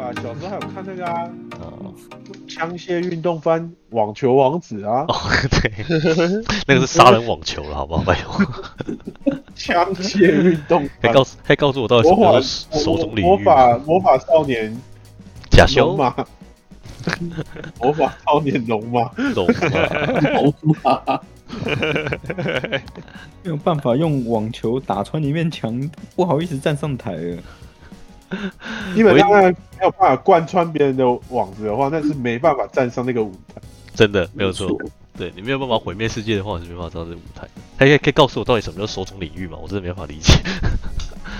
啊那个啊，哦枪械运动番《网球王子》啊，哦， 对，那个是杀人网球了，好不好？拜托，枪械运动 还番告。诉还告诉我到底什魔么法叫做手魔中领魔域？法魔法少年假龙修马， 魔法少年龙马，龙马，没有办法用网球打穿一面墙，不好意思站上台了。基本上没有办法贯穿别人的网子的话，那是没办法站上那个舞台。真的没有错。对你没有办法毁灭世界的话，我是没办法上这舞台。他也可以告诉我到底什么叫手冢领域嘛？我真的没办法理解。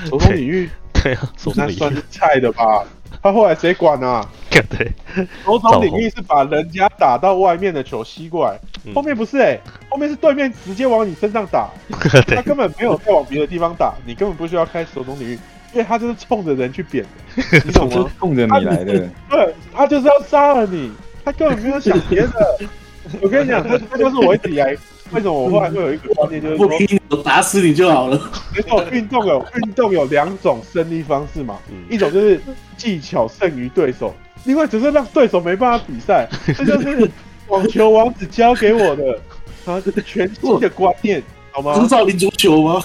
手中领域对啊，手冢那领算域是，菜的吧？他后来谁管啊？对，手中领域是把人家打到外面的球吸过来，嗯后面不是哎、后面是对面直接往你身上打，他对根本没有再往别的地方打，你根本不需要开手中领域，因为他就是冲着人去扁的，你懂我就吗？冲着你来啊的，对，他就是要杀了你，他根本没有想别的。我跟你讲，他他就是我一直以来为什么我后来会有一个观念，就是不说，拼，我打死你就好啊了。没错，运动有运动有两种胜利方式嘛，嗯一种就是技巧胜于对手，另外只是让对手没办法比赛，这就是网球王子教给我的啊全新的观念，好吗不？是少林足球吗？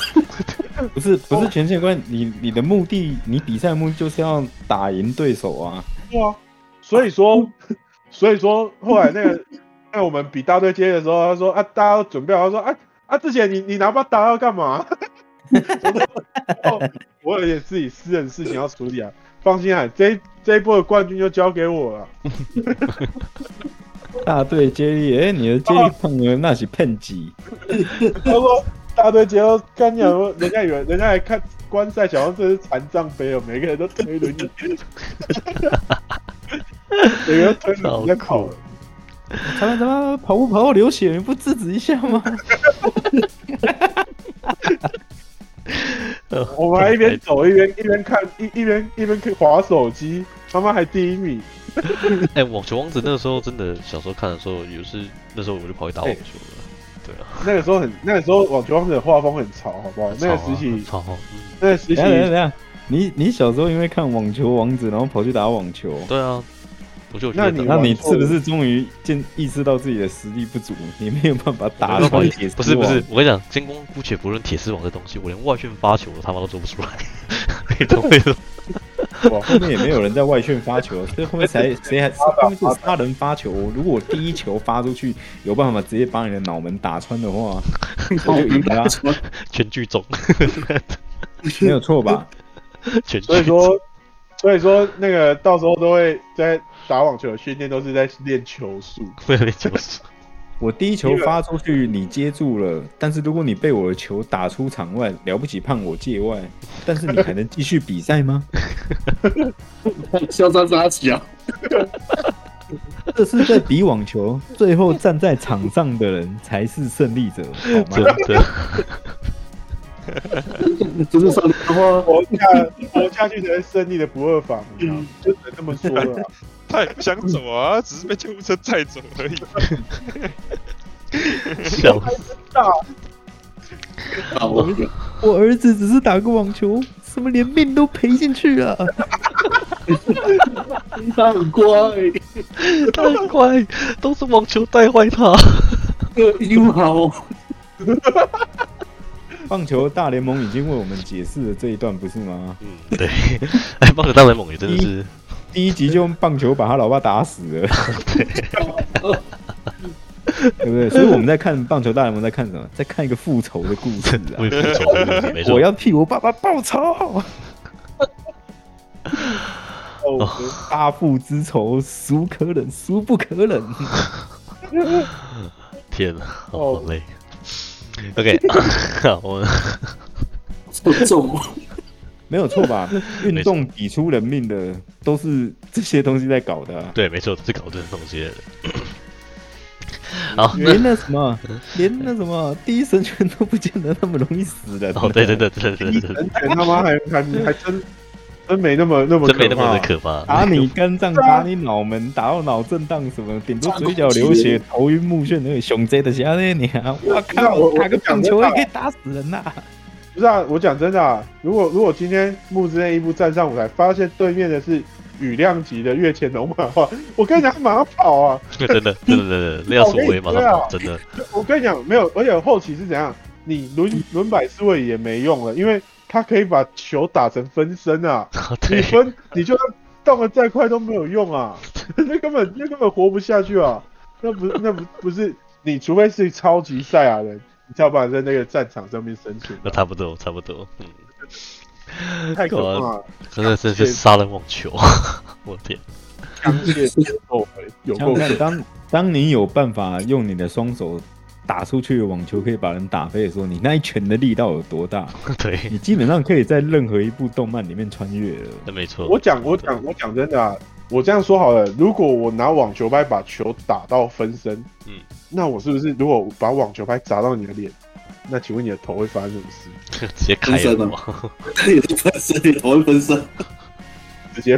不是不是全线关，你你的目的，你比赛目的就是要打赢对手啊。对啊，所以说，所以说后来那个， 那我们比大对接的时候，他说啊，大家都准备好，他说啊啊，志姐你你拿把刀要干嘛？ 我说哦我有点自己私人事情要处理啊，放心啊，这一这一波的冠军就交给我了。大队接力，哎、你的接力胖了，那是骗几？他说大队结都干掉，人家以为人家还看观赛，想到这是残障杯哦，每个人都推轮椅，每个人都推轮椅在跑了。他们他妈跑步跑到流血，你不制止一下 吗？呃我们还一边走一边一边看一一边一边划手机，他妈还第一名，哎，网球王子那个时候真的小时候看的时候，有时那时候我就跑去打网球了。对啊，那个时候很，那个时候网球王子的画风很潮，好不好？那个时期，超好，嗯那个时等一下等一下期等一下，你你小时候因为看网球王子，然后跑去打网球，对啊，我就觉那得你那玩你错是了不是终于见意识到自己的实力不足，你没有办法打没办法穿铁丝啊不是不网是，，我跟你讲，先光姑且不论铁丝网这东西，我连外旋发球我他妈都做不出 来，你懂为 什么？哇后面也没有人在外旋发球，所以后面才谁还后面是杀人发球。如果第一球发出去有办法直接把你的脑门打穿的话，我 就赢了啊，全剧终，没有错吧？全剧所以终。说，所以说那个到时候都会在打网球的训练都是在练球术，没有什么事。我第一球发出去，你接住了，但是如果你被我的球打出场外，了不起判我界外，但是你还能继续比赛吗？嚣张撒小，这是在比网球，最后站在场上的人才是胜利者，好真吗？的，真是少林的话，活下活下去才是胜利的不二法门啊，就只能这么说了啊。嗯 他也不想走啊，只是被救护车载走而已。笑 死！啊我我儿子只是打个网球，怎么连命都赔进去啊？他很乖，难怪都是网球带坏他。这个英豪，棒球大联盟已经为我们解释了这一段，不是吗？嗯，对。 哎，棒球大联盟也真的是，第一集就用棒球把他老爸打死了，对不对？所以我们在看棒球大联盟，在看什么？在看一个复仇的故事啊我！也没错，没错。我要替我爸爸报仇，哦，杀父之仇，孰可忍，孰不可 忍？天啊，哦好累。OK，好， 我们这么重，没有错吧？运动抵出人命的，都是这些东西在搞的啊、对，没错，是搞这种东西 的。好，那连那什么，连那什么第一神拳都不见得那么容易死人的。哦，对对对对对对对，人权他妈还还还真真没那么那么真没那可怕么的可怕。打你肝脏，啊打你脑门，打到脑震荡什么，顶多嘴角流血、头晕目眩，那个熊贼的瞎那你啊！我那我靠，打个棒球也可以打死人呐、不是啊，我讲真的、啊，如果如果今天木之内一步站上舞台，发现对面的是羽量级的越前龙马的话，我跟你讲，他马上跑啊！ 真的真的真的真的，要是我也马上跑，真的我跟你讲，没有，而且后期是怎样，你轮轮摆思维也没用了，因为他可以把球打成分身啊，你对，分你就算动得再快都没有用啊， 那根本那根本活不下去啊！那不那不不是你，除非是超级赛亚人，你才有办法在那个战场上面生存啊、 那差不多差 不多，嗯，太可怕了，真的真的是杀人网球， 我的天，枪械结构有想想够看，当当你有办法用你的双手打出去的网球，可以把人打飞的时候，你那一拳的力道有多大？对，嗯你基本上可以在任何一部动漫里面穿越 了。那没错，我讲，我讲，我讲真的啊，我这样说好了，如果我拿网球拍把球打到分身，嗯，嗯那我是不是如果我把网球拍砸到你的脸，那请问你的头会发生什么事？ 直接开了嘛，那也是分身，你头会分身。直接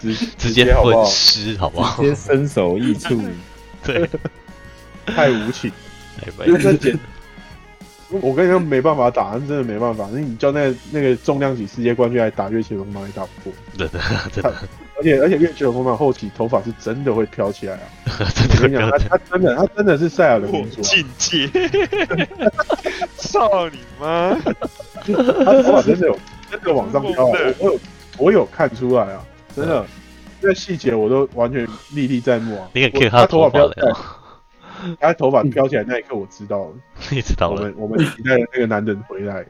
直直接好不好分？尸好不好 直？接身首异处， 对，哎太无情，拜因为拜，这简。我跟你说没办法打，真的没办法。那你叫那那个重量级世界冠军来打越前锋棒也打不过，真的真的而且而且越前锋棒后期头发是真的会飘起来啊！真我跟的不你讲，要他他真的他真的是赛亚人我民族啊，境界， 操你妈！他头发真的有真的往上飘啊，我我有我有看出来啊，真嗯的，这个细节我都完全历历在目啊。你很我 care 他他的头发飘了起来，他头发飘起来那一刻我知道了， 你知道我了，们我们期待的那个男人回来，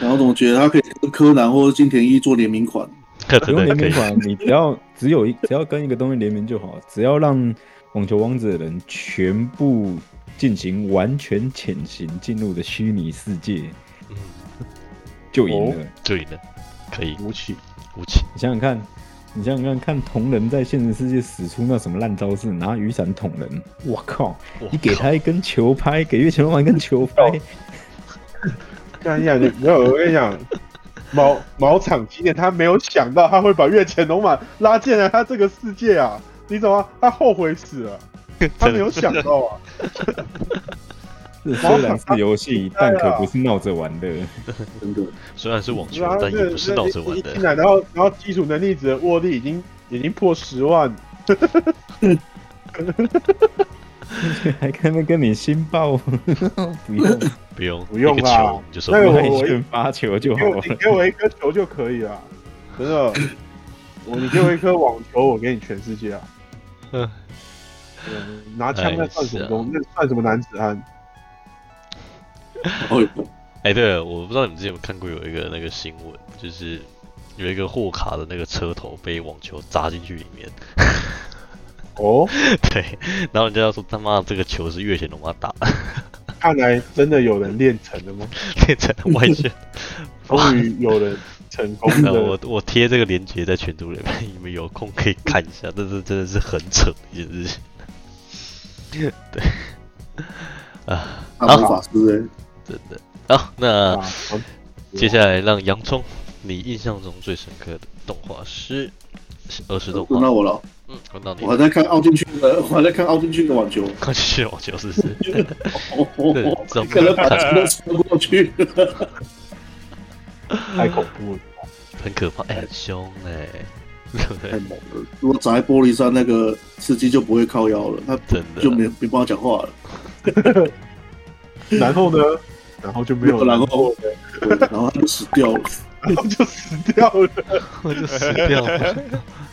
然后总觉得他可以跟柯南或者金田一做联名款，不真用的联可名以，款，你只要只有一只要跟一个东西联名就好，只要让网球王子的人全部进行完全潜行进入的虚拟世界嗯，就赢了。就赢了，可以无起无情，你想想看，你想想看，看同人在现实世界使出那什么烂招式，拿雨伞捅人，我靠！我你给靠他一根球拍，给月前龙玩一根球拍，看一下你没有，我跟你 讲，毛毛场今年他没有想到他会把月前龙马拉进来他这个世界啊，你懂吗？他后悔死 了，他没有想到啊。这虽然是游戏，但可不是闹着玩的。 真的。虽 然是网球然后，但也不是闹着玩一进的，来，然后然后基础能力值的握力已经已经破十 万，还跟那跟你新报， 不用，不用不用一个啦球你就说那个我不我会一拳发球就你好给我了你。给我一颗球就可以了，真的。我你给我一颗网球，我给你全世 界啊！嗯嗯拿枪那算什么哎东？那算什么男子汉？哦，哎，对了，我不知道你们之前有没有看过有一个那个新闻，就是有一个货卡的那个车头被网球砸进去里面， 哦，对，然后人家说他妈的这个球是越前龙妈打的，看来真的有人练成了吗？变成了外 旋。 终于有人成功 呃，的我我贴这个链接在群组里面， 你们有空可以看一下，但是真的是很扯的一件事情。对，啊，大魔法师真的。好，那啊！接下来让洋葱，你印象中最深刻的动画是是儿时哎、动轮画到。我了，嗯，轮到你我。还在看奥运区的， 我还在看奥运区的网球，快去网球是不是？哦哦对哦怎么可能把球都穿过去，太恐怖了，很可怕，哎、很凶哎、 对不太对？猛了！ 如果长在玻璃上，那个司机就不会靠腰了，他真就的，没有没办法讲话了。然后呢？然后就没有，然后，对然后他就死掉了。然后就死掉了。我 就死掉了。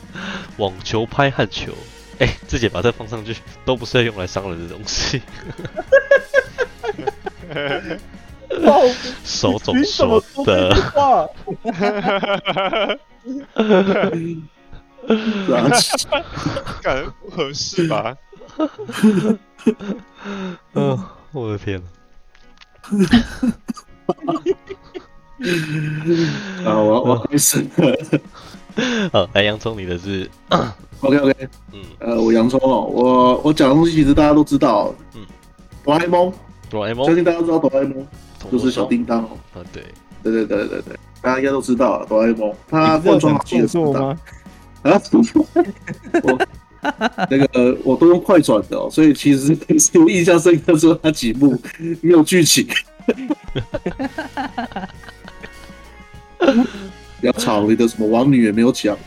网球拍和球，哎、自己把这放上去，都不是用来伤人的东西。手你总怎么说说这的句，话？对啊，感不合适 吧？嗯、我的天哪，啊，我我开始 了。好，来哦哎洋葱，你的是， OK OK，嗯，呃，我洋葱哦，我我讲的东西其实大家都知道，嗯哦嗯，哆啦 A 梦，哆啦 A 相梦，信大家都知道哆啦 A 梦铜就锣是小烧叮当哦，啊，对，对对对对对，大家应该都知道了哆啦 A 梦，它你不贯知穿道怎好几么个做时代吗？啊， 我那个呃我都用快转的哦，所以其实我印象深刻说它几幕没有剧情。不要吵，你的什么王女也没有讲，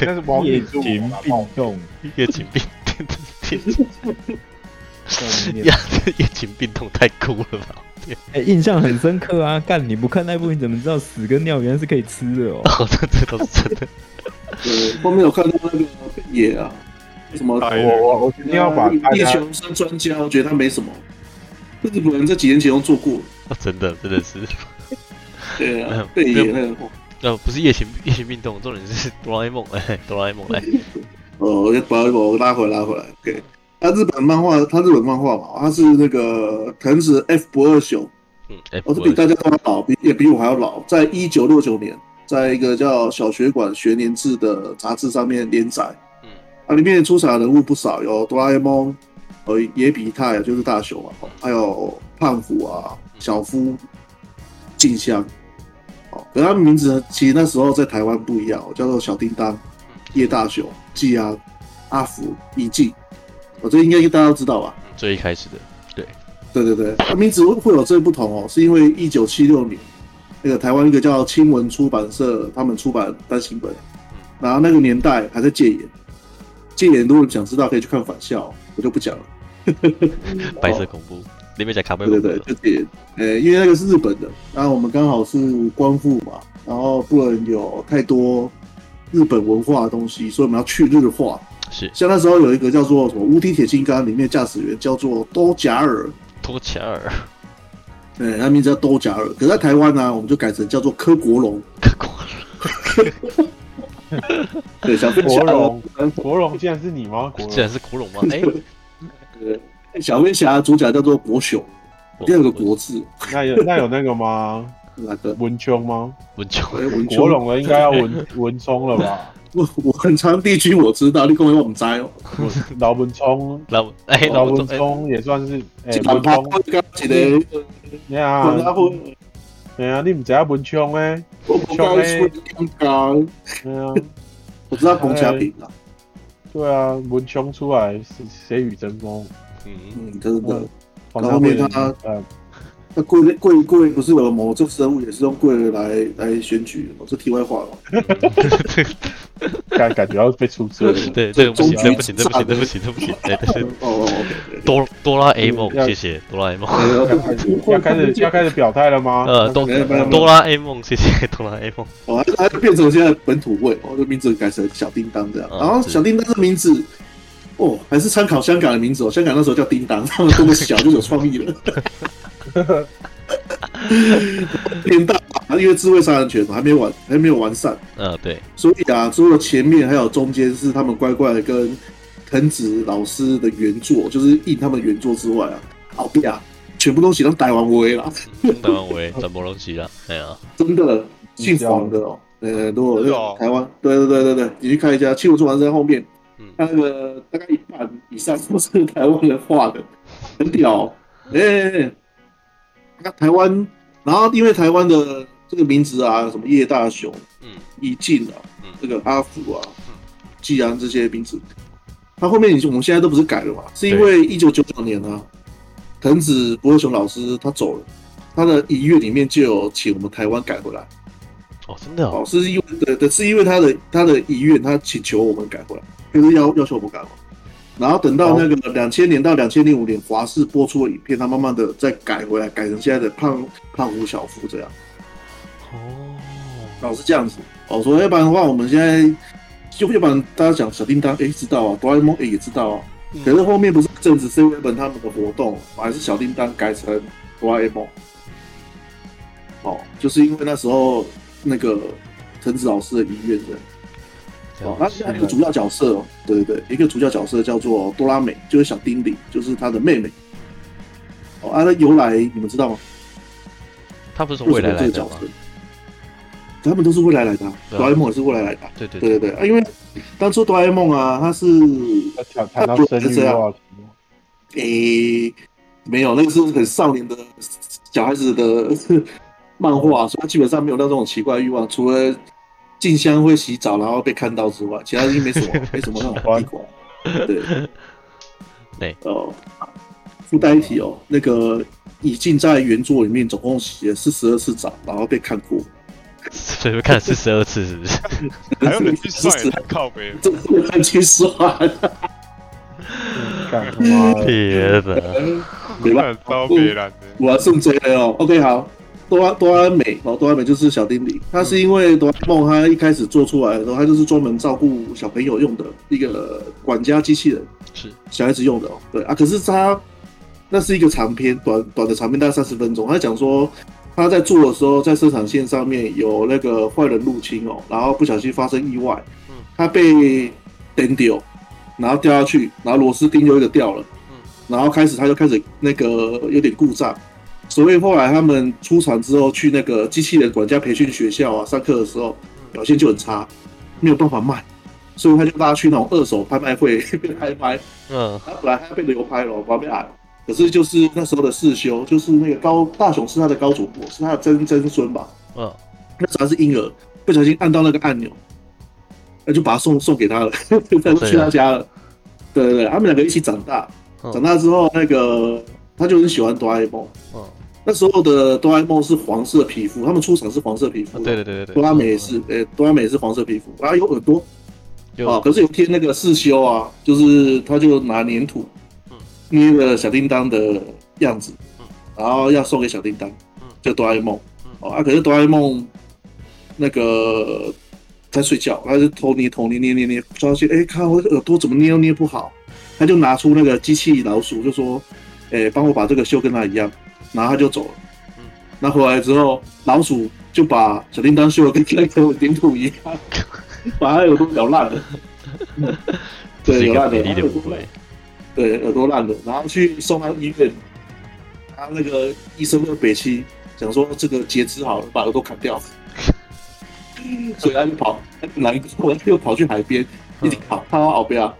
但是毛夜病是我情啦并重，夜情病 少年呀，这夜情病痛太酷了吧！哎、 印象很深刻啊！干，你不看那部，你怎么知道屎跟尿原来是可以吃的哦？哦，这这都是真的。对，后面有看到那个贝爷啊，什么哎我我我决定要把大叶家求生专家，我觉得他没什么。这日本人在几年前都做过，哦，真的，真的是，对没有 啊，贝爷那个，呃，不是夜行夜行运动，重点是哆啦 A 梦，哎，哆啦 A 梦，哎，哦，我就把我拉回来，拉回来。OK，他日本漫画，他日本漫画嘛，他是那个藤子 F 不二雄，嗯，哎，我、不哦、这比会大家都要老，比也比我还要老。在一九六九年，在一个叫《小学馆学年制》的杂志上面连载。嗯啊，里面出场的人物不少，有哆啦 A 梦，呃，野比太就是大雄啊，还有胖虎啊、小夫、静香。哦，可他们名字其实那时候在台湾不一样、哦，叫做小叮当、叶大雄、季安、阿福、一季。我、哦、这应该大家都知道吧？嗯最一开始的，对对对，它名字会有这不同哦，是因为一九七六年，那个台湾一个叫青文出版社，他们出版单行本，嗯然后那个年代还在戒严，戒严如果想知道可以去看《返校》，我就不讲了。白色恐怖，里面讲卡贝对鲁，对对，就戒严，呃，因为那个是日本的，然后我们刚好是光复嘛，然后不能有太多日本文化的东西，所以我们要去日化。是像那时候有一个叫做什么《无敌铁金刚》里面驾驶员叫做多贾尔，托卡 尔，对，哎他名字叫兜甲尔，可是在台湾呢、我们就改成叫做柯国龙。对，小飞侠国荣，国荣竟然是你吗？国竟荣然是古龙吗？哎，对， 小飞侠主角叫做国雄， 第二个哎国字，那有那有那个吗？那个文秋吗？文琼，哎文国秋荣的应该要文文聪了吧？我我很长地区我知道，你跟我我们摘哦。文老文聪，老文，哎，老老文文中，聪也算是哎嗯一文万趴聪，刚一个你啊管，他婚，哎呀，你唔知影文聪诶？我不该说尴尬。哎呀，我知道龚家平啊，对啊，文聪出来是谁与争锋？嗯，嗯，真的。皇然上后贵面人他呃，那贵人贵贵不是有某种生物也是用贵人来来选举的吗？这题外话了。感感觉要被出征 了。嗯 对，这个不行，这个不行，这个不行，这个不中行，这个不行，哎，但 是哦哦哦，哆哆啦 A 梦，要谢谢哆啦 A 梦，对要开始要开始要开始表态了吗？呃，哆没有没有没有哆啦 A 梦，谢谢 哆啦 A 梦，哦，他就变成现在本土味，哦，这名字改成小叮当这样。嗯然后是小叮当这名字，哦，还是参考香港的名字哦，香港那时候叫叮当，他们这么小就有创意了。变大，啊因为智慧杀人拳嘛还没完，还没有完善，呃， 对，所以啊，除了前面还有中间是他们乖乖跟藤子老师的原作，就是印他们的原作之外啊，好不啊，全部都写到台湾威啦，嗯台湾为转播龙骑啦，哎呀，真的姓黄的哦。呃，如果是哦台湾，对对对对对，你去看一下《七龙珠完在后面，嗯，它那个大概一半以上都是台湾人画的，很屌哦、哎、那台湾，然后因为台湾的这个名字啊，什么叶大雄、嗯易静啊嗯，这个阿福啊嗯、季安这些名字，它后面已经我们现在都不是改了嘛，是因为一九九九年啊，藤子不二雄老师他走了，他的遗愿里面就有请我们台湾改回来。哦，真的哦，哦，是因为对对，是因为他的他的遗愿，他请求我们改回来，就是要要求我们改回来。然后等到那个两千年到两千零五年华视播出的影片，他慢慢的再改回来，改成现在的胖胖虎小夫这样，哦，老是这样子。哦，所以要不然的话，我们现在就要不然大家讲小叮当，哎，知道啊，哆啦 A 梦哎也知道啊，嗯可是后面不是正子 C 位本他们的活动，还是小叮当改成哆啦 A 梦。哦，就是因为那时候那个藤子老师的遗愿这样。哦，那了解还有一个主要角色哦，对对对，一个主要角色叫做多拉美，就是小丁丁，就是他的妹妹。哦，啊，那由来你们知道吗？他不是从为未什来么来有这个的角吗色？？他们都是未来来的啊，对啊哆啦 A 梦也是未来来的啊。对对对对对啊，因为当初哆啦 A 梦啊，他是要谈谈到生啊育的话题吗，诶、没有，那个是很少年的小孩子的 漫画，所以他基本上没有那种奇怪的欲望，除了静香会洗澡然后被看到之外，其他已经没什么没什么那种欲望。对，对，哦，附带一提哦，那个已经在原作里面总共洗了四十二次澡，然后被看过。 所以被看了四十二次，是不是？还有人去算，靠北，这个很去算，干他妈哦的！ 天哪！没办很法糟，北蓝的。我要送追了哦。OK，好，哆啦哆啦 A 美哦，哆啦 A 美就是小叮铃，它是因为哆啦 A 梦它一开始做出来的时候，它就是专门照顾小朋友用的一个管家机器人，是小孩子用的哦。对啊，可是它那是一个长篇，短短的长篇大概三十分钟，它讲说。他在做的时候，在生产线上面有那个坏人入侵哦，然后不小心发生意外嗯，他被颠丢，然后掉下去，然后螺丝钉又一个掉了，然后开始他就开始那个有点故障，所以后来他们出厂之后去那个机器人管家培训学校啊，上课的时候表现就很差，没有办法卖，所以他就拉去那种二手拍卖会 被拍卖，嗯，他本来他被流拍了，把他被矮，可是就是那时候的世修，就是那个高大雄是他的高祖父，是他的曾曾孙吧，嗯，那时候还是婴儿，不小心按到那个按钮，那就把他送送给他了， 他就去他家了。对对对，他们两个一起长大，嗯长大之后那个他就很喜欢哆啦 A 梦。嗯那时候的哆啦 A 梦是黄色皮肤，他们出厂是黄色皮肤啊的。对对对对对，哆啦美也是，呃、哆啦美也是黄色皮肤，然后有耳朵就啊。可是有一天那个世修啊，就是他就拿粘土嗯捏了小叮当的样子嗯，然后要送给小叮当嗯，就哆啦 A 梦嗯哦啊。可是哆啦 A 梦那个在睡觉，他就偷捏偷捏捏捏捏，不小心哎，看我的耳朵怎么捏都捏不好，他就拿出那个机器老鼠，就说，哎、帮我把这个修跟他一样，然后他就走了。嗯那回来之后，老鼠就把小叮当修的跟那个粘 土一样，把它耳朵咬烂了。这是对，一咬个烂了，美丽的然后误会，对，耳朵烂了，然后去送到医院，然后那个医生就北七讲说这个截肢好了，把耳朵砍掉，所以他就跑，他就难过，他就跑去海边，一直跑，他到不要，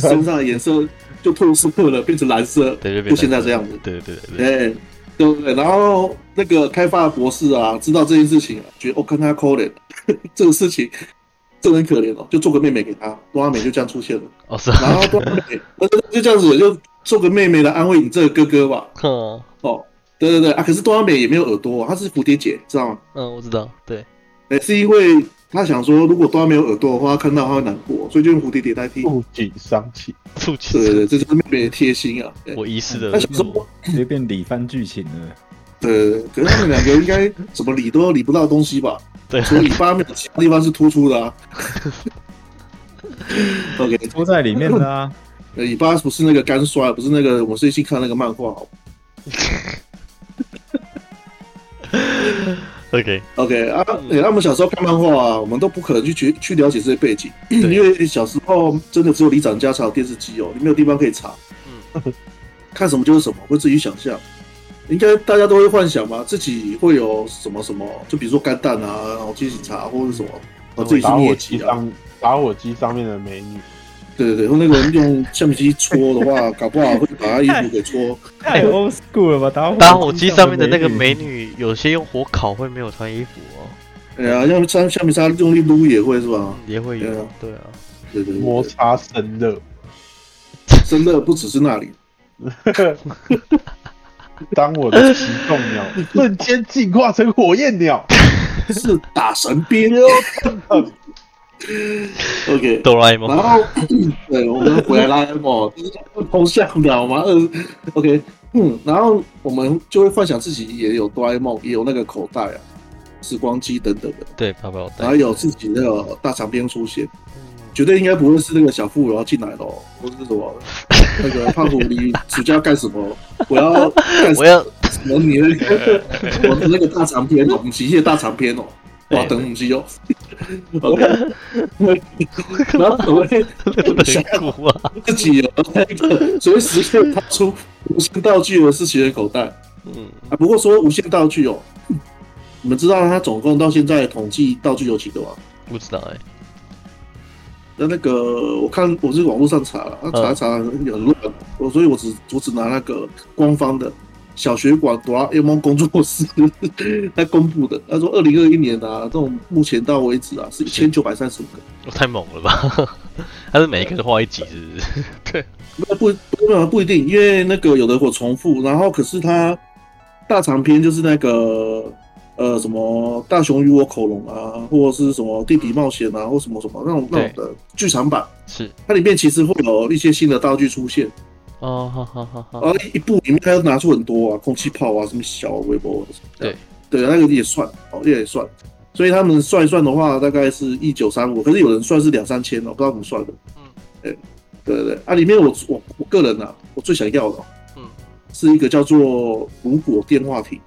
身上的颜色就褪色了，变成蓝色，对，就变就现在这样子。对对对对，对，对不对？然后那个开发的博士啊，知道这件事情啊，觉得哦，看他可怜，这个事情真的很可怜哦，就做个妹妹给他，多拉美就这样出现了。哦是然啊，后多拉美，呃就这样子，就做个妹妹来安慰你这个哥哥吧。嗯哦，对对对啊，可是多拉美也没有耳朵、啊，她是蝴蝶结，知道吗？ 嗯，我知道，对，哎，是因为她想说，如果多拉没有耳朵的话，看到她会难过，所以就用蝴蝶结代哦替。触景伤情，触 对对及对，这就是妹妹的贴心啊。对我遗失的那小时候我， 直接变李帆剧情了。对，可是他们两个应该怎么理都理不到东西吧？对除了尾巴没有，其他地方是突出的啊。OK，都在里面的 啊，呃尾巴不是那个干刷，不是那个，我们最近看那个漫画好。嗯 OK， OK 啊，对，那我们小时候看漫画啊，我们都不可能去去去了解这些背景，对因为小时候真的只有里长家才有电视机哦，你没有地方可以查。 看什么就是什么，会自己想象。应该大家都会幻想吧，自己会有什么什么，就比如说干蛋啊，然后接警察或者什么，然后自己去打火捏机机啊，上打火机上面的美女，对对对，用那个用橡皮筋戳的话，搞不好会把他衣服给戳。太 old school 了吧？打火打火机上面的那个美美女，女，有些用火烤会没有穿衣服哦，哎呀，像橡橡皮擦用力撸也会是吧？也会对有啊，对啊，对对摩对，擦生 热，真的不只是那里。当我的启动 鸟瞬间进化成火焰鸟，是打神鞭。OK，哆啦 A 然梦，后对，我们回来拉 M 哦，头像的好吗？二 OK，嗯，然后我们就会幻想自己也有哆啦 A 梦，也有那个口袋啊、时光机等等的，对，泡泡然袋，后有自己那个大长篇出现。绝对应该不会是那个小富柔要进来的哦，或是什么那个胖虎，你暑假要干什么？我要干什我要么？你那个我的那个大长篇哦，我们是一些大长篇哦，哇，等我们是哦。OK，然后 哎我 会想很酷啊，自己有那个随时可以掏出无线道具的是情人口袋啊。嗯，不过说无线道具哦，你们知道它总共到现在统计道具有几个吗？不知道哎，那那个，我看我是网络上查了，那查一查很乱，我、所以我只我只拿那个官方的小学馆哆啦 A 梦工作室 在公布的，他说二零二一年啊，这种目前到为止啊是一千九百三十五个，我太猛了吧， 他是每一个都画一集是 不是？那不不不不一定，因为那个有的我重复，然后可是它大长篇就是那个呃什么大雄与我恐龙啊，或者是什么地底冒险啊，或什么什么那种那对种的剧场版，是它里面其实会有一些新的道具出现，哦，好好好好，然后啊一部里面它又拿出很多啊，空气炮啊，什么小微波啊，这样对，那个也算哦，那个也算。所以他们算一算的话，大概是一九三五，可是有人算是两三千哦，不知道怎么算的。嗯嗯，对对对，啊，里面我我我个人啊，我最想要的、哦，嗯，是一个叫做如果电话亭。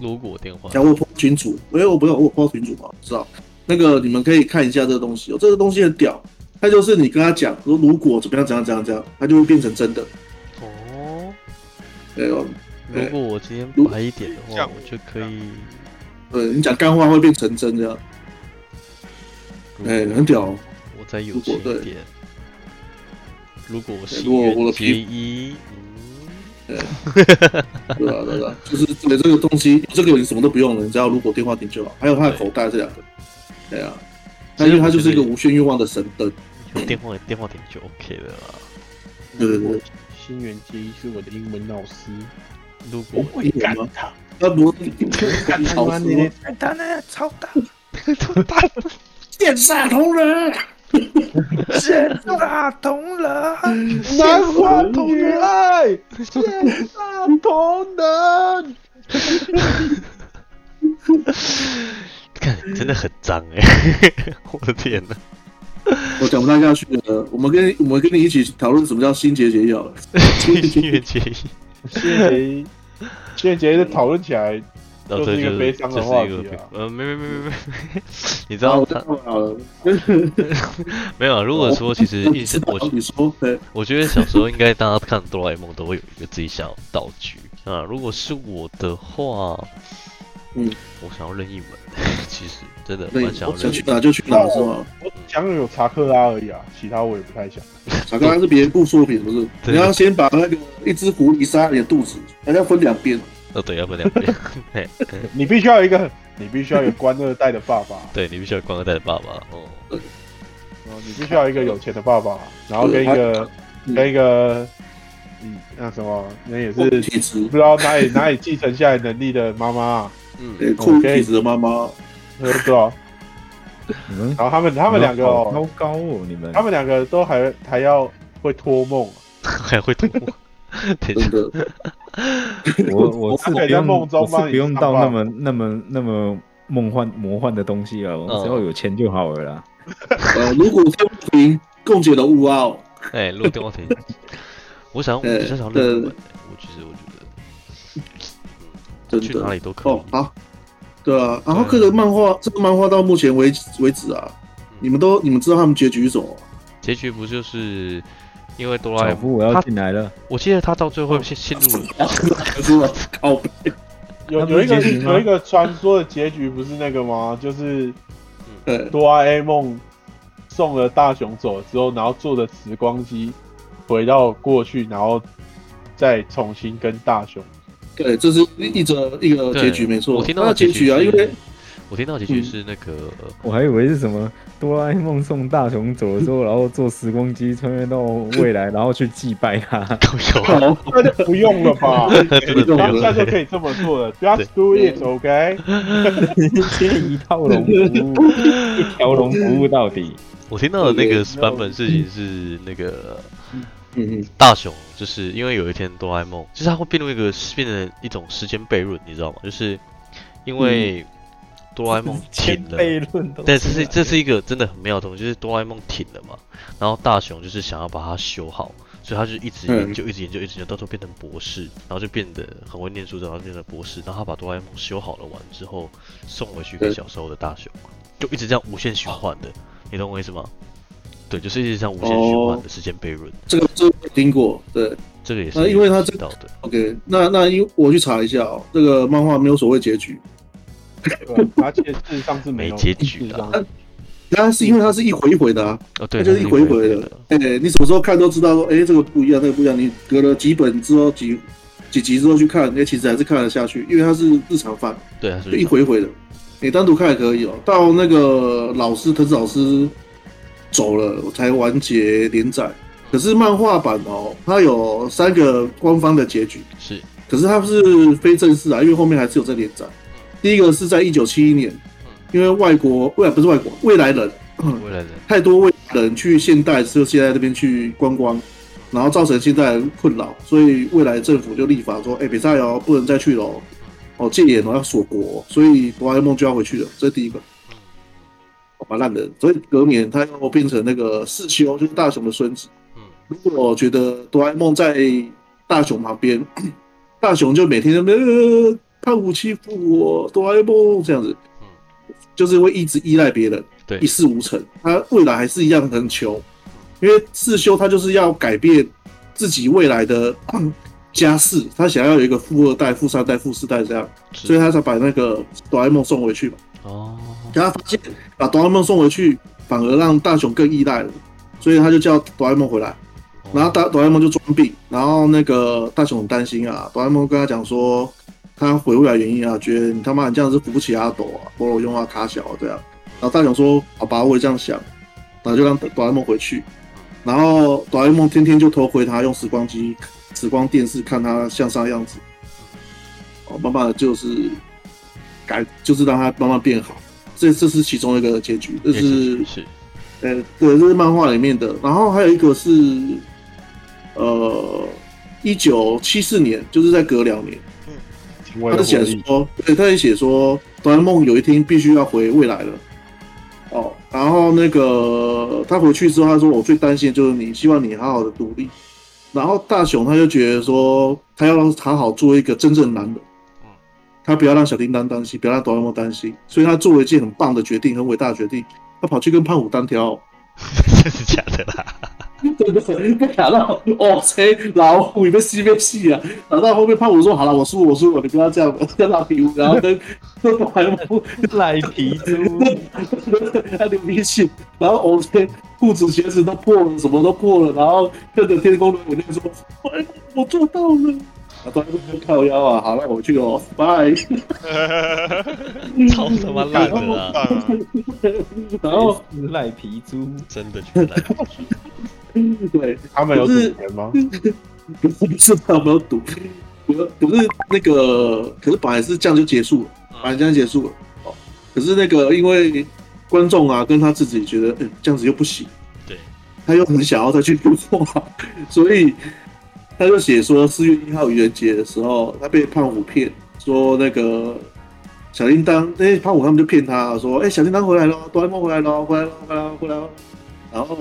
如果电话然后我破群主，因为我不是我破群主嘛，知道那个你们可以看一下这个东西哦，这个东西很屌，它就是你跟他讲说如果怎么样怎么样怎么样怎么样，它就会变成真的。哦，对哦，如果我今天如白一点的话，我就可以，对你讲干话会变成真的，如果哎、很屌、哦。我再有钱如果一点。如果我对是如果我的结皮衣，嗯对啊，对啊， 就是对这个东西，这个你什么都不用了，你只要如果电话亭就好。还有他的口袋这两个，对啊，那因为它就是一个无限欲望的神灯，嗯，有电话电话亭就 OK 了啦。对对对，新垣结衣是我的英文老师，如我果哦会干他，那不干干他好妈吃你吗的？干他那哎超大， 剑煞同 人，剑大同人，南华同仁爱，剑大同仁。看真的很脏哎， 我的天 呐，我讲不太下去了。我们跟我们跟你一起讨论什么叫心结解药。新垣结衣，新垣结衣，新垣结衣在讨论起来，然后就是这一个是悲伤的这话是一题个悲啊呃，没没没没没， 你知好，道啊我知他道了。没有？啊如果说其实印象，我你说，哎对，我觉得小时候应该大家看哆啦 A 梦都会有一个自己想要的道具啊。如果是我的话，嗯，我想要任意门， 其实真的那蛮想要我任想意去门。哪就去哪是吗？我只想有查克拉而已啊，其他我也不太想。啊，刚刚是别人部作品，不是？对你要先把那个一只狐狸杀你的肚子，还要分两边。哦，对，要分两边。嘿你必须要有一个，你必须要有官二代的爸爸， 对，你必须要光二代的爸爸哦。 哦你必须要有一个有钱的爸爸，然后跟一 个嗯跟一个，嗯，那什么，那也酷是体质不，知道哪里哪里继承下来能力的妈妈，嗯，对，酷体质的妈妈，对不知道。你们然后他们他他们两个好哦，高哦，你们他们两个都还还要会托梦，还会吐。 等一真下，的，我我是我不在用，梦中我是帮你不用上到报那么那么那么梦幻魔幻的东西了，我嗯只要有钱就好了啦。呃，如果天不平共解的啊乌奥，哎，录电话亭。我想，我嗯呃比较想要任意门对。我其实我觉 真得去哪的里都可以哦，。好，对啊。然后这个漫画，这个漫画到目前为为止啊，你们都你们知道他们结局是什 么吗？结局不就是因为哆啦 A 梦？小夫，我要哎他进来了，我记得他到最后陷陷入了是吧？靠北，有他不有是一个结局吗有一个传说的结局不是那个吗？ 就是对，哆啦 A 梦送了大雄走了之后，然后坐着时光机回到过去，然后再重新跟大雄。对，这是一则一个结局，没错。我听到那的结局啊，是因为我听到的结局嗯是那 个我还以为是什么哆啦 A 梦送大雄走了之后，然后坐时光机穿越到未来，然后去祭拜他。高雄好，那就不用了 吧，真的当下就没可有。以这么做 了。Just do it, OK？嗯一套龙服务，一条龙服务到底。我听到的那个对版本事情是那个嗯嗯，大雄，就是因为有一天哆啦 A 梦，就是他会变成一个变成一种时间悖论，你知道吗？就是因为嗯哆啦 A 梦停了，论都但是这这是一个真的很妙的东西，就是哆啦 A 梦停了嘛，然后大雄就是想要把它修好，所以他就一直嗯研究，一直研究，一直研究，到最后变成博士，然后就变得很会念书，然后变成博士，然后他把哆啦 A 梦修好了完之后，送回去给对小时候的大雄，就一直这样无限循环的，你懂我意思吗？对，就是一直这样无限循环的时间悖论，这个这个我听过，对这个也那是因为他这知道的， ，OK 那。那因我去查一下哦，这个漫画没有所谓结局，对，而且事实上是没有结局事实上啦。是它是因为它是一回一回的啊，哦，对，它就是一他回一回的的。。哎、你什么时候看都知道说，哎、这个不一样，那个不一样。你隔了几本之后几几集之后去看，哎、其实还是看得下去，因为它是日常番，对，他是就一回一回的。你单独看也可以哦。到那个老师藤子老师走了，我才完结连载。可是漫画版哦，它有三个官方的结局，是可是它是非正式啊，因为后面还是有在连载。第一个是在一九七一年，因为外国未来不是外国未来人，未来人，太多未来人去现代就现在这边去观光，然后造成现代人困扰，所以未来政府就立法说，哎、北塞哦，不能再去了哦，哦戒严哦要锁国哦，所以哆啦 A 梦就要回去了，这是第一个。哦蛮烂的，所以隔年他又变成那个世修，就是大雄的孙子。嗯如果觉得哆啦 A 梦在大雄旁边， 大雄就每天在那边呃胖虎欺负我，哆啦 A 梦这样子，嗯就是会一直依赖别人，对一事无成。他未来还是一样很穷，因为世修他就是要改变自己未来的 家世，他想要有一个富二代、富三代、富四代这样，是所以他才把那个哆啦 A 梦送回去嘛。哦，可他发现把哆啦 A 梦送回去，反而让大雄更依赖了，所以他就叫哆啦 A 梦回来。然后大哆啦 A 梦就装病，然后那个大雄很担心啊，哆啦 A 梦跟他讲说，他回未来原因啊，觉得你他妈你这样是扶不起阿斗啊，菠萝用啊卡小啊这样。然后大雄说，好吧，我也这样想，然后就让哆啦 A 梦回去。然后哆啦 A 梦天天就偷窥他，用时光机、时光电视看他向上的样子。哦，慢慢的就是改，就是让他慢慢变好。这这是其中一个结局，这也是是呃，对，这是漫画里面的。然后还有一个是，呃，一九七四年，就是在隔两年，请问他就写力说，对，他就写说，哆啦 A 梦有一天必须要回未来了。哦，然后那个他回去之后，他说我最担心的就是你，希望你好好的独立。然后大雄他就觉得说，他要好好做一个真正的男人嗯，他不要让小叮当担心，不要让哆啦 A 梦担心，所以他做了一件很棒的决定，很伟大的决定，他跑去跟胖虎单挑、真是假的啦？真的被打到哦，谁老虎被吸被吸啊！打到后面胖虎说：“好了，我输，我输，我你不要这样，跟老皮，然后跟跟白虎，赖皮猪，他流鼻血，然后 OK，裤子鞋子都破了，什么都破了，然后跟着天空轮我就说：‘哎，我做到了。’啊，当然不靠腰啊，好，那我去哦，拜。 超他妈烂的棒啦！啊！然后哦赖皮 猪，真的觉得烂。对，他们有可是主权吗？ 不知道有没有赌，可可是那个，可是本来是这样就结束了。反正这样结束了。哦，可是那个因为观众啊跟他自己觉得，嗯，这样子又不行，对，他又很想要再去突破， 所以他就写说四月一号愚人节的时候，他被胖虎骗，说那个小叮当，哎、胖虎他们就骗他说，哎、小叮当回来了，哆啦 A 梦回来了，回来了，回来了，回来了，然后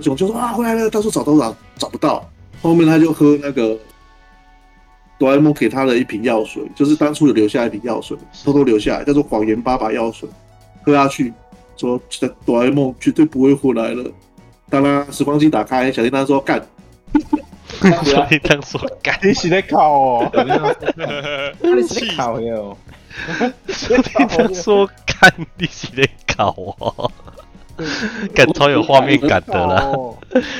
熊就说啊，回来了，到处找都找找不到，后面他就喝那个哆啦 A 梦给他的一瓶药水，就是当初有留下一瓶药水，偷偷留下来，叫做谎言爸爸药水，喝下去，说这个哆啦 A 梦绝对不会回来了。当他时光机打开，小叮当说干，所以当时我 干，你是在靠 哦，小叮当气死靠哟，所以当时我干，你是在搞 我，感超有画面感的啦。哦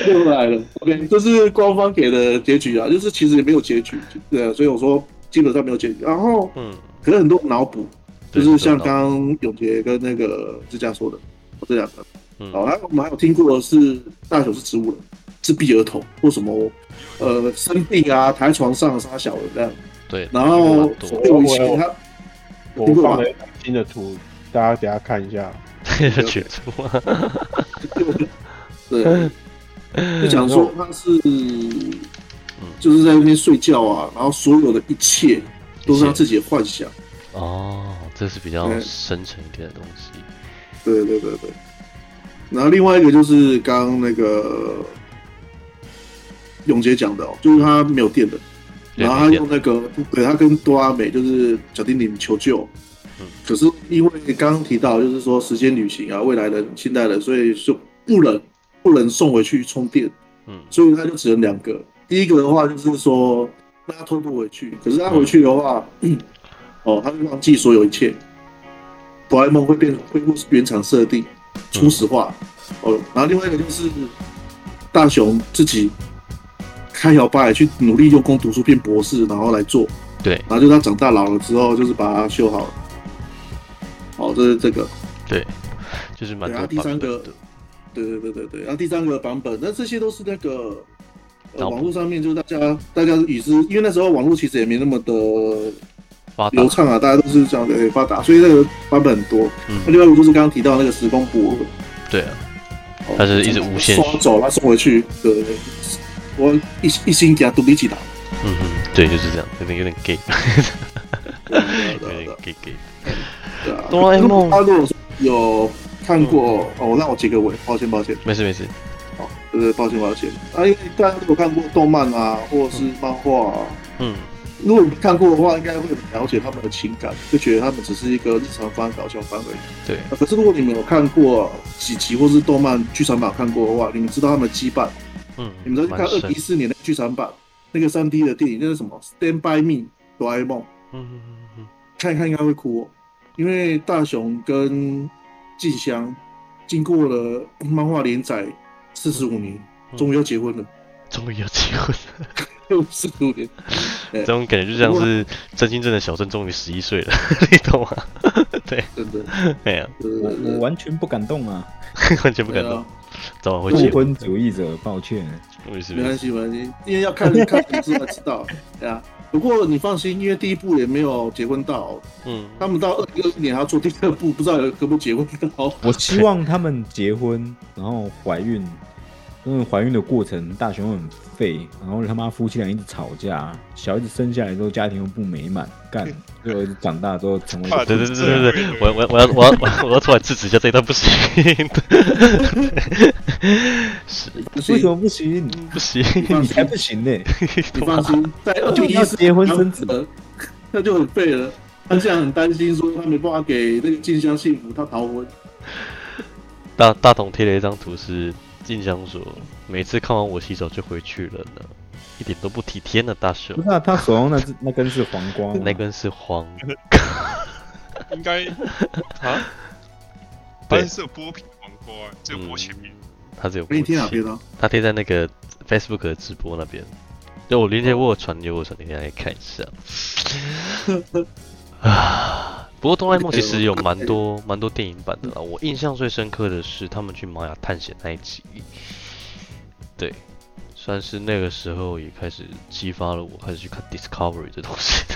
又来了。OK，这是官方给的结局啊，就是其实也没有结局，对啊，所以我说基本上没有结局。然后嗯，可是很多脑补，就对是像刚刚永杰跟那个志佳说的，哦这两个。嗯好，然后我们还有听过的是大雄是植物人，自闭儿童或什么，呃，生病啊，躺在床上杀小人这样。对，然后蛮多所有一切他 我放了一张新的图，大家给他看一下。的取出啊， 对， 就讲说他是，嗯就是在那边睡觉啊，然后所有的一切都是他自己的幻想。哦，这是比较对深沉一点的东西。对对对对。然后另外一个就是刚刚那个永杰讲的、哦，就是他没有电了，对然后他没电用那个对他跟多阿美就是小精灵求救嗯。可是因为刚刚提到，就是说时间旅行啊，未来人、现代人，所以就不能不能送回去充电，嗯所以他就只能两个。第一个的话就是说，让他偷渡回去，可是他回去的话，嗯 哦，他就忘记所有一切，哆啦 A 梦会变恢复原厂设定，初始化。嗯哦，然后另外一个就是大雄自己开摇摆去努力用功读书变博士，然后来做。对然后就是他长大老了之后，就是把它修好了。哦，这是这个。对，就是蛮对，然多后第版三本个的。，对对对对对，然后第三个版本，那这些都是那个呃脑补网络上面，就是大家大家与之，因为那时候网络其实也没那么的发达流，畅啊，大家都是这样对发达，所以那个版本很多。那嗯，另外一个就是刚刚提到那个时空博文，对啊，哦它是一直无限续送走，他送回去，对对对，我一一心给他独 立起来。嗯哼，对，就是这样，有点有点 gay，有对啊对啊对点啊 gay gay，对啊，哆啦 A 梦大家如果说有看过哦，让我结个尾，抱歉抱歉，没事没事，哦，对对，抱歉抱歉。啊，因为大家如果看过动漫啊，或者是漫画、啊，嗯如果你看过的话，应该会很了解他们的情感，就觉得他们只是一个日常番、搞笑番而已。对，啊可是如果你们有看过啊几集或是动漫剧场版有看过的话，你们知道他们的羁绊。嗯，你们再去蛮看二深零一，四年的剧场版那个三 D 的电影，那是什么《Stand by Me》哆啦 A 梦，嗯嗯嗯看一看应该会哭、哦，因为大雄跟静香经过了漫画连载四十五年，嗯终于要结婚了，嗯，终于有机会了，四十五年，这种感觉就像是真心正的小镇终于十一岁了， 你懂吗？对，真的，哎呀，我我呃，完全不敢动啊！完全不敢对动啊，，早晚会不结婚，婚主义者，抱歉。没事没没关事，系没关系，因为要看看什么之后才知 道，对啊。不过你放心，因为第一部也没有结婚到，嗯，他们到二零二一年还要做第二部，不知道有可不可以结婚到。我希望他们结婚，然后怀孕，因为怀孕的过程，大雄很废，然后他妈夫妻俩一直吵架，小孩子生下来之后家庭又不美满， 干，最后长大之后成为怕啊对的对对对对，我我我要我要我要我要 突然制止一下这一段不行， 是为什么不行？不行， 你才不行呢、你嗯放心，在二零一要四结婚生子了，那就很废 了。他现在很担心，说他没办法给那个静香幸福，他逃 婚。大大同贴了一张图是静香说，每次看完我洗手就回去了呢，一点都不体贴呢，大秀不。是啊，他手上那只那根是黄瓜吗，那根是黄， 应该啊，但是有剥皮黄瓜欸，只有剥前面。嗯它是有给你过贴哪期边。呢？它贴在那个 Facebook 的直播那边，就我连接我有传给我传给大家看一下。 啊，不过《哆啦 A 梦》其实有蛮多蛮多电影版的啦。我印象最深刻的是他们去玛雅探险那一集，对，算是那个时候也开始激发了我开始去看 Discovery 这东西 的，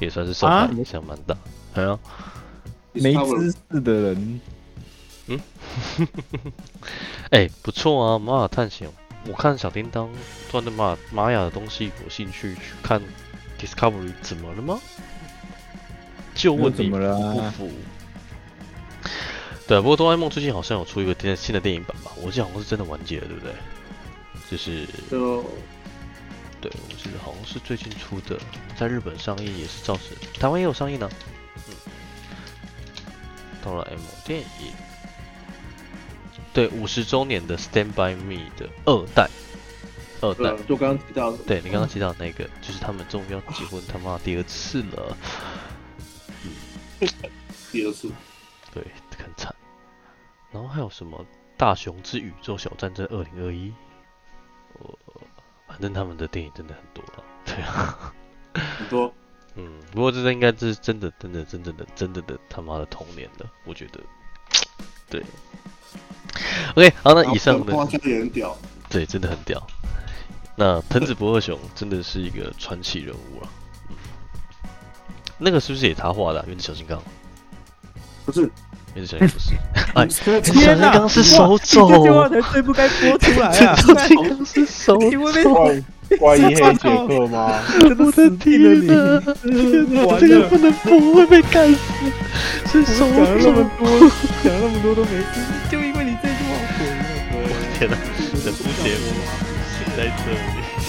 也算是受它啊影响蛮大。哎呀、没知识的人，哎、不错啊，玛雅探险。我看小叮当赚的玛玛雅的东西有兴趣，去看 Discovery 怎么了吗？就问又你怎么了啊不服？对，不过哆啦 A 梦最近好像有出一个电新的电影版吧？我记得好像是真的完结了，对不对？就是就呃对，我记得好像是最近出的，在日本上映也是造成，台湾也有上映呢、嗯，哆啦 A 梦电影，对，五十周年的《Stand by Me》的二代，二对代啊，，就刚刚提到的，对你刚刚提到那个，就是他们终于要结婚，他妈第二次了，第二次，对，很惨。然后还有什么《大雄之宇宙小战争二零二一》，我反正他们的电影真的很多了，对啊。很多嗯，不过这应该是真的，真的，真正的，真的的他妈的童年了，我觉得。对。OK，好，那以上花的家也很屌，对，真的很屌。那藤子不二雄真的是一个传奇人物啊。嗯那个是不是也他画的、啊《原子小金刚》？《不是？原子小金刚》不是，哎， 天小哪金刚是手哇你这句肘，话才最不该播出来 啊！小金刚是手你 会被肘，怪怪异黑杰克吗？真的我死的定天了哪！你！完这个了不，能播，会被干死。是手讲了那肘么。多，讲了那么多都没事，就因为你这句话我毁了。天哪，整部节目停在这里。